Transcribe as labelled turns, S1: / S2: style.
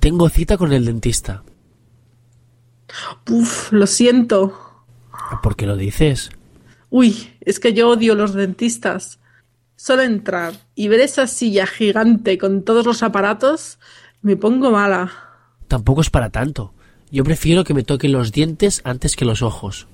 S1: Tengo cita con el dentista.
S2: Uf, lo siento.
S1: ¿Por qué lo dices?
S2: Uy, es que yo odio los dentistas. Solo entrar y ver esa silla gigante con todos los aparatos, me pongo mala.
S1: Tampoco es para tanto. Yo prefiero que me toquen los dientes antes que los ojos.